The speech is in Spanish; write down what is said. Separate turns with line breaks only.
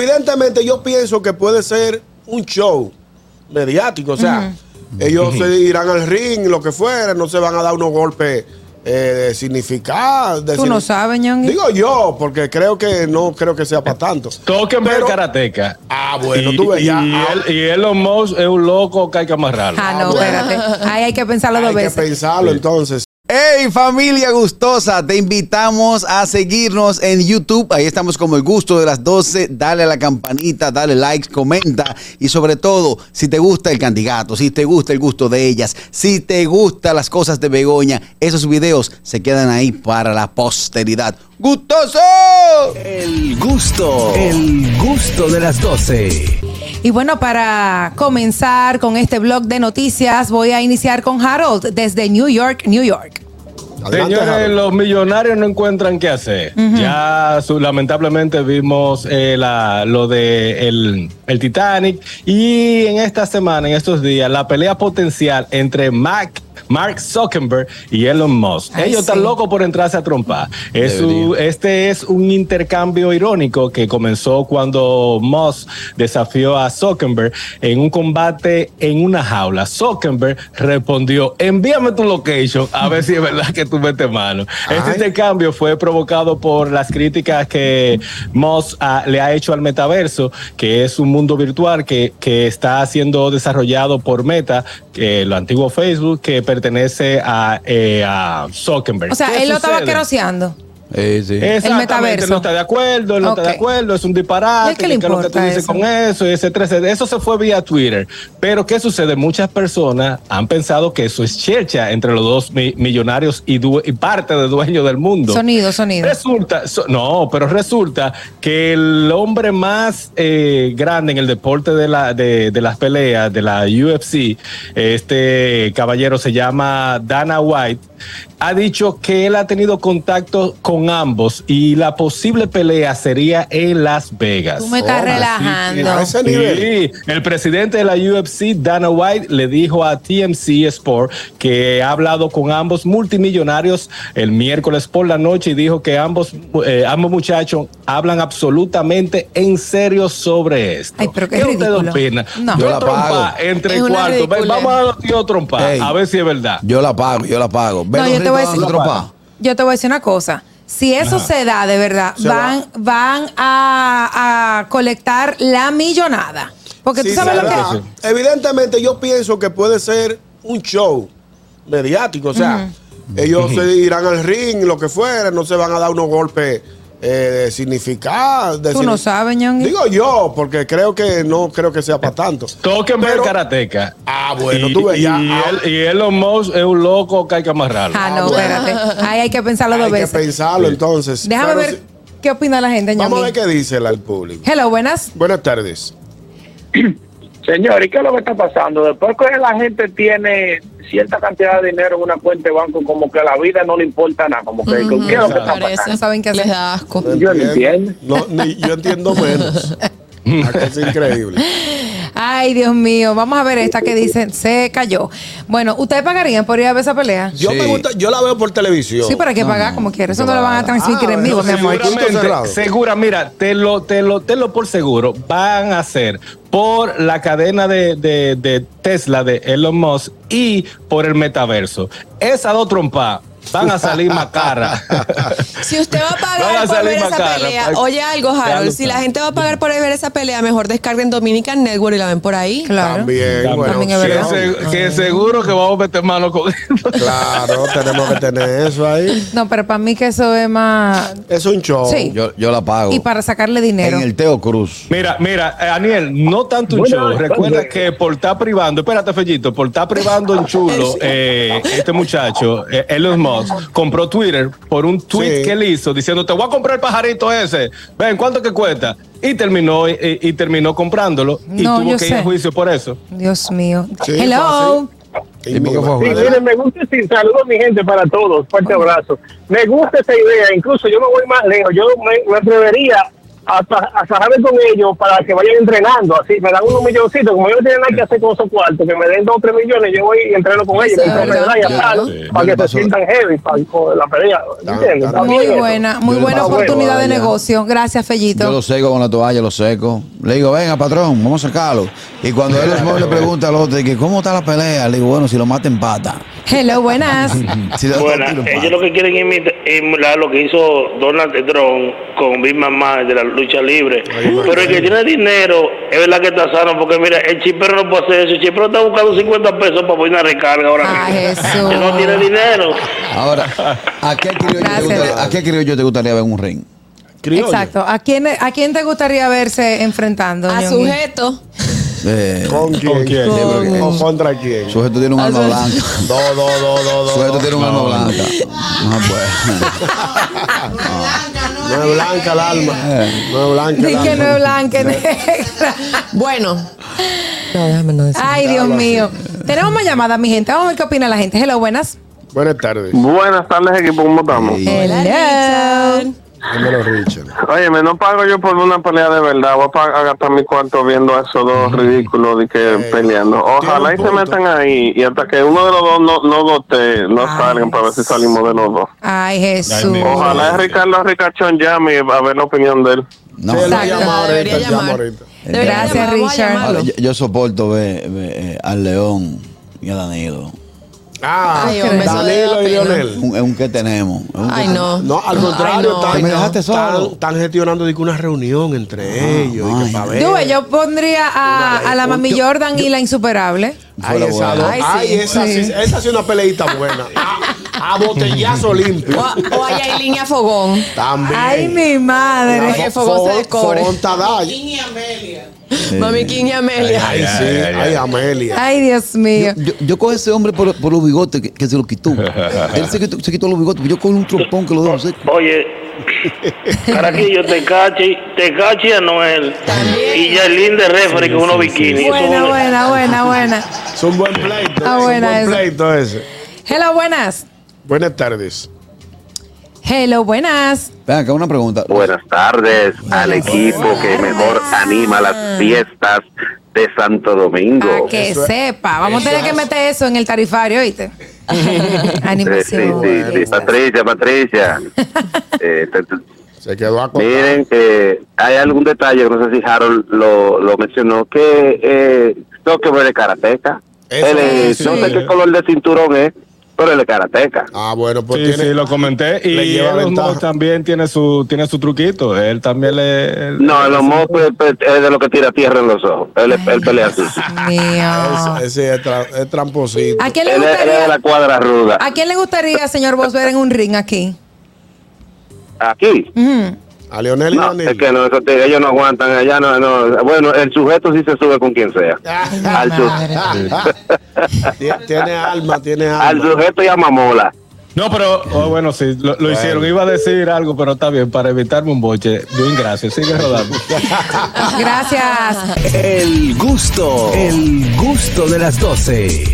evidentemente yo pienso que puede ser un show mediático, o sea, ellos se irán al ring, lo que fuera, no se van a dar unos golpes eh, significados.
Tú no sabes, Ñongui.
Digo yo, porque creo que no creo que sea para tanto.
Tóquenme el
Pero-
karateca.
Ah, bueno,
y,
tú ves, ya,
Y,
ah.
él- y Elon Musk es un loco que hay que amarrarlo.
Ah, no, espérate. Ahí hay que pensarlo dos
Hay que
veces.
pensarlo entonces.
Hey familia gustosa, te invitamos a seguirnos en YouTube. Ahí estamos como el gusto de las 12. Dale a la campanita, dale like, comenta y sobre todo, si te gusta el candidato, si te gusta el gusto de ellas, si te gustan las cosas de Begoña, esos videos se quedan ahí para la posteridad. ¡Gustoso!
El gusto, el gusto de las 12.
Y bueno, para comenzar con este blog de noticias, voy a iniciar con Harold desde New York, New York.
Adelante,
Señores,
Harold.
los millonarios no encuentran qué hacer. Ya su- lamentablemente vimos eh, la- lo de el, el Titanic y en esta semana, en estos días, la pelea potencial entre Mac, Mark Zuckerberg y Elon Musk.
Ay,
Ellos están
sí.
locos por entrarse a trompar. Es un- este es un intercambio irónico que comenzó cuando Musk desafió a Zuckerberg en un combate en una jaula. Zuckerberg respondió, envíame tu location a ver si es verdad que tú metes mano. Este
Ay.
intercambio fue provocado por las críticas que Musk ah, le ha hecho al metaverso, que es un mundo virtual que, que está siendo desarrollado por Meta, que lo antiguo Facebook, que pertenece a, eh, a Zuckerberg.
O sea,
¿Qué
él lo estaba
sucede?
queroseando.
Exactamente,
El metaverso.
No está de acuerdo, él no está
Ok.
de acuerdo, es un
¿Y a
disparate.
qué le
que es lo que tú
importa
dices
eso?
con eso, etcétera, etcétera. Eso se fue vía Twitter. Pero ¿qué sucede? Muchas personas han pensado que eso es chercha entre los dos mi- millonarios y, due- y parte de dueño del mundo.
Sonido, sonido.
Resulta, so- no, pero resulta que el hombre más eh, grande en el deporte de, la, de, de las peleas, de la UFC, este caballero se llama Dana White, ha dicho que él ha tenido contacto con ambos y la posible pelea sería en Las Vegas.
Tú me estás
Así que-
relajando.
A ese nivel.
Sí, el presidente de la UFC, Dana White, le dijo a TMC Sport que ha hablado con ambos multimillonarios el miércoles por la noche y dijo que ambos, eh, ambos muchachos hablan absolutamente en serio sobre esto.
Ay, pero qué
ustedes
ridículo.
opinan?
No.
Yo
Yo la
trompa
pago.
entre
Es una
cuartos. Ven,
ridiculez.
Vamos a los tíos trompar,
Ey.
a ver si es verdad.
Yo la pago, yo la pago. Ven
No, yo
los
te voy a
ritmos,
decir-
tropa.
Yo te voy a decir una cosa. Si eso se da de verdad,
Se
van, van a, a colectar la millonada. Porque tú
Sí,
sabes lo que.
claro. Evidentemente yo pienso que puede ser un show mediático, o sea, ellos se irán al ring, lo que fuera, no se van a dar unos golpes eh, significados.
Tú no sabes, Ñongui.
Digo yo, porque creo que no creo que sea para tanto.
Tóquenme Eh, el
Pero-
karateca.
Ah, bueno,
y,
tú ves,
y,
ya, ah.
él, y Elon Musk es un loco que hay que amarrarlo.
Ah, no, espérate. Ahí hay que pensarlo
Hay
dos
que
veces.
pensarlo entonces.
Déjame
Pero
ver
si-
qué opina la gente,
vamos a
Ñongui.
ver qué dice el al público.
Hello, buenas.
Buenas tardes.
Señor, ¿y qué es lo que está pasando? Después que la gente tiene cierta cantidad de dinero en una cuenta de banco, como que la vida no le importa nada, como que ¿qué es lo que está pasando?
Parece.
No saben qué hacer.
Les da asco.
Yo no entiendo.
No, ni- yo entiendo menos. Una cosa increíble.
Ay, Dios mío, vamos a ver esta que dice, se cayó. Bueno, ¿ustedes pagarían por ir a ver esa pelea?
Yo
Sí.
me gusta, yo la veo por televisión.
Sí, para que pagar como quieras. Eso no lo van a transmitir
Ah,
en vivo, mi
bueno,
amor.
seguro. Punto cerrado.
Seguramente, segura, mira, te lo, te lo, te lo por seguro, van a ser por la cadena de, de- de Tesla de Elon Musk y por el metaverso. Esas dos trompas van a salir más caras.
Si usted va a
Van a
pagar por
salir
ver
más
esa
caras,
pelea,
para-
oye algo,
Ya
Harold.
lo
Si la
saben.
gente va a pagar por ver esa pelea, mejor descarguen Dominican Network y la ven por ahí.
Claro.
También,
También.
bueno,
También es
que,
verdad.
se- que seguro que vamos a meter mano con eso.
Claro, tenemos que tener eso ahí.
No, pero para mí que eso es más...
Es un show.
Sí.
Yo, yo la pago.
Y para sacarle dinero.
En el Teo Cruz.
Mira, mira, eh, Aniel, no tanto un
Bueno,
show. Recuerda
bueno.
que por estar privando, espérate, Fellito, por estar privando en chulo, eh, este muchacho, eh, Elon Musk, compró Twitter por un tweet
Sí.
que él hizo diciendo: Te voy a comprar el pajarito ese. Ven, ¿cuánto que cuesta? Y terminó, eh, y terminó comprándolo y
No, yo
tuvo que ir
sé.
a juicio por eso.
Dios mío.
Sí,
Hello.
Y mi
Sí,
madre.
miren, me gusta, sí, saludos mi gente para todos, fuerte abrazo. Me gusta esa idea, incluso yo me voy más lejos, yo me, me atrevería hasta, a saber con ellos para que vayan entrenando. Así me dan unos milloncitos. Como yo no tengo nada que hacer con esos cuartos, que me den dos o tres millones, yo voy y entreno con ellos.
Sí,
quizás me
¿verdad?
medalla, tal,
sí. Yo
para
le
que se
paso-
sientan heavy para, con la pelea. ¿Entiendes?
claro.
Está
Muy
bien eso.
buena, muy
Yo
buena
le paso
oportunidad de
huevo, ya.
negocio. Gracias,
Yo lo
Fellito.
seco con la toalla, lo seco. Le digo, venga, patrón, vamos a sacarlo. Y cuando él los le pregunta al otro, que, ¿cómo está la pelea? Le digo, bueno, si lo maten empata.
Hello, buenas.
Si le dan dos
Bueno,
tiros, empata.
ellos lo que quieren imita- emular lo que hizo Donald Trump con Big Mamá de la lucha libre. Pero el que tiene dinero, es verdad que está sano, porque mira, el chipero no puede hacer eso. El chipero está buscando 50 pesos para poner una recarga ahora
Ah,
mismo.
Jesús.
Que no tiene dinero.
Ahora, ¿a qué criollo te
Gracias.
gustaría- a qué criollo te gustaría ver en un ring?
Criollo.
Exacto. ¿A quién, ¿A quién te gustaría verse enfrentando?
A
Ñongui?
sujeto.
Eh,
¿Con quién?
¿Con quién?
Sí, porque- ¿O contra quién?
sujeto tiene un
A
alma
su-
blanca.
No, no, no, no, no.
Sujeto tiene un
no,
alma
no.
blanca. No, pues.
No es blanca el alma. No es blanca el
Di que no
alma.
es blanca, es negra.
Bueno. No, déjame no decir.
Ay, Dios mío. Tenemos más llamadas, mi gente. Vamos a ver qué opina la gente. Hello, buenas.
Buenas tardes.
Buenas tardes, equipo. ¿Cómo estamos?
Sí.
Hello.
Dímelo, Richard.
Óyeme, no pago yo por una pelea de verdad. Voy a pag- a gastar mi cuarto viendo a esos dos ridículos de que peleando. Ojalá y
Eh, tiene
se
un punto.
metan ahí y hasta que uno de los dos no, no gote, no
Ay,
salgan para ver si salimos de los dos.
Ay,
Ay,
Jesús.
mi Dios.
Ojalá es Ricardo Ricachón llame a ver la opinión de él.
No.
Sí, lo
Exacto,
llamo ahorita,
debería
lo llamo
llamar.
ahorita.
Debería
Gracias,
llamar, vamos a
Richard.
llamarlo.
Ahora, yo, yo soporto ver, ver, eh, al León y a Danilo.
Ah,
Ay, hombre, eso
Danilo y
le da pena.
Leonel.
Un, es un que tenemos. es un
Ay,
que-
no.
No, al
Ay,
contrario,
no.
están,
Que me dejaste solo.
están- están gestionando de que una reunión entre ellos. de que pa' ver.
Tú ves, yo pondría a, a la mami Jordan y la insuperable.
Ay,
Fuera
esa,
bueno.
dos-
Ay, sí.
ay, esa sí. esa sí es una peleita buena. A, a botellazo limpio.
O a, o a Yailin y a Fogón.
También.
Ay, mi madre.
que Fogón se descobre.
Ay,
Mami King y Amelia.
ay, sí.
ay, ay.
Ay, Amelia.
Ay, Dios mío.
Yo, yo, yo cojo a ese hombre por, por los bigotes que, que se los quitó. Él se quitó, se quitó los bigotes. Yo cojo un trompón que lo dejo seco.
Oye, Caraquillo, Tecachi, Tecachi Anuel y Yailin de Refri con unos bikinis. Eso es
Buena,
un-
buena, buena, buena.
Es un buen pleito.
Ah,
es un
buena
buen
esa.
pleito ese.
Hello, buenas.
Buenas tardes.
Hello, buenas.
Ven acá, una pregunta.
Buenas tardes al equipo que mejor anima
Ah.
las fiestas de Santo
Para
Domingo.
que
Eso es-
sepa. Vamos a tener que meter eso en el tarifario, ¿oíste?
Eh, sí,
Animación.
sí, sí. Patricia, Patricia. Eh, te- te-
Se quedó a
miren, eh, hay algún detalle, no sé si Harold lo, lo mencionó, que eh, Zuckerberg es karateca.
Eso
Él es-
sí.
No sé qué color de cinturón es, pero él es karateca.
Ah, bueno, pues
Sí,
tiene.
sí, lo comenté.
le
Y
lleva
Elon
ventaja.
Musk también tiene su, tiene su truquito. Él también le.
No,
le-
el homo pues, pues, es de lo que tira tierra en los ojos. Él, es- él pelea así.
Mío.
Ese, ese es, tra- es tramposito.
¿A quién le
Él es, él es de la
gustaría,
cuadra ruda.
¿a quién le gustaría señor Vos, ver en un ring aquí?
Aquí.
Ujú.
A Leonel y
No,
Danilo.
es que no, eso te- ellos no aguantan allá, no, no. Bueno, el sujeto sí se sube con quien sea. al, su-
Tie- tiene alma, tiene
al
alma.
sujeto y a Mamola.
No, pero. oh, bueno, sí, lo, lo hicieron. Iba a decir algo, pero está bien, para evitarme un boche. Bien, gracias. Sigue rodando.
Gracias.
El gusto, el gusto de las doce.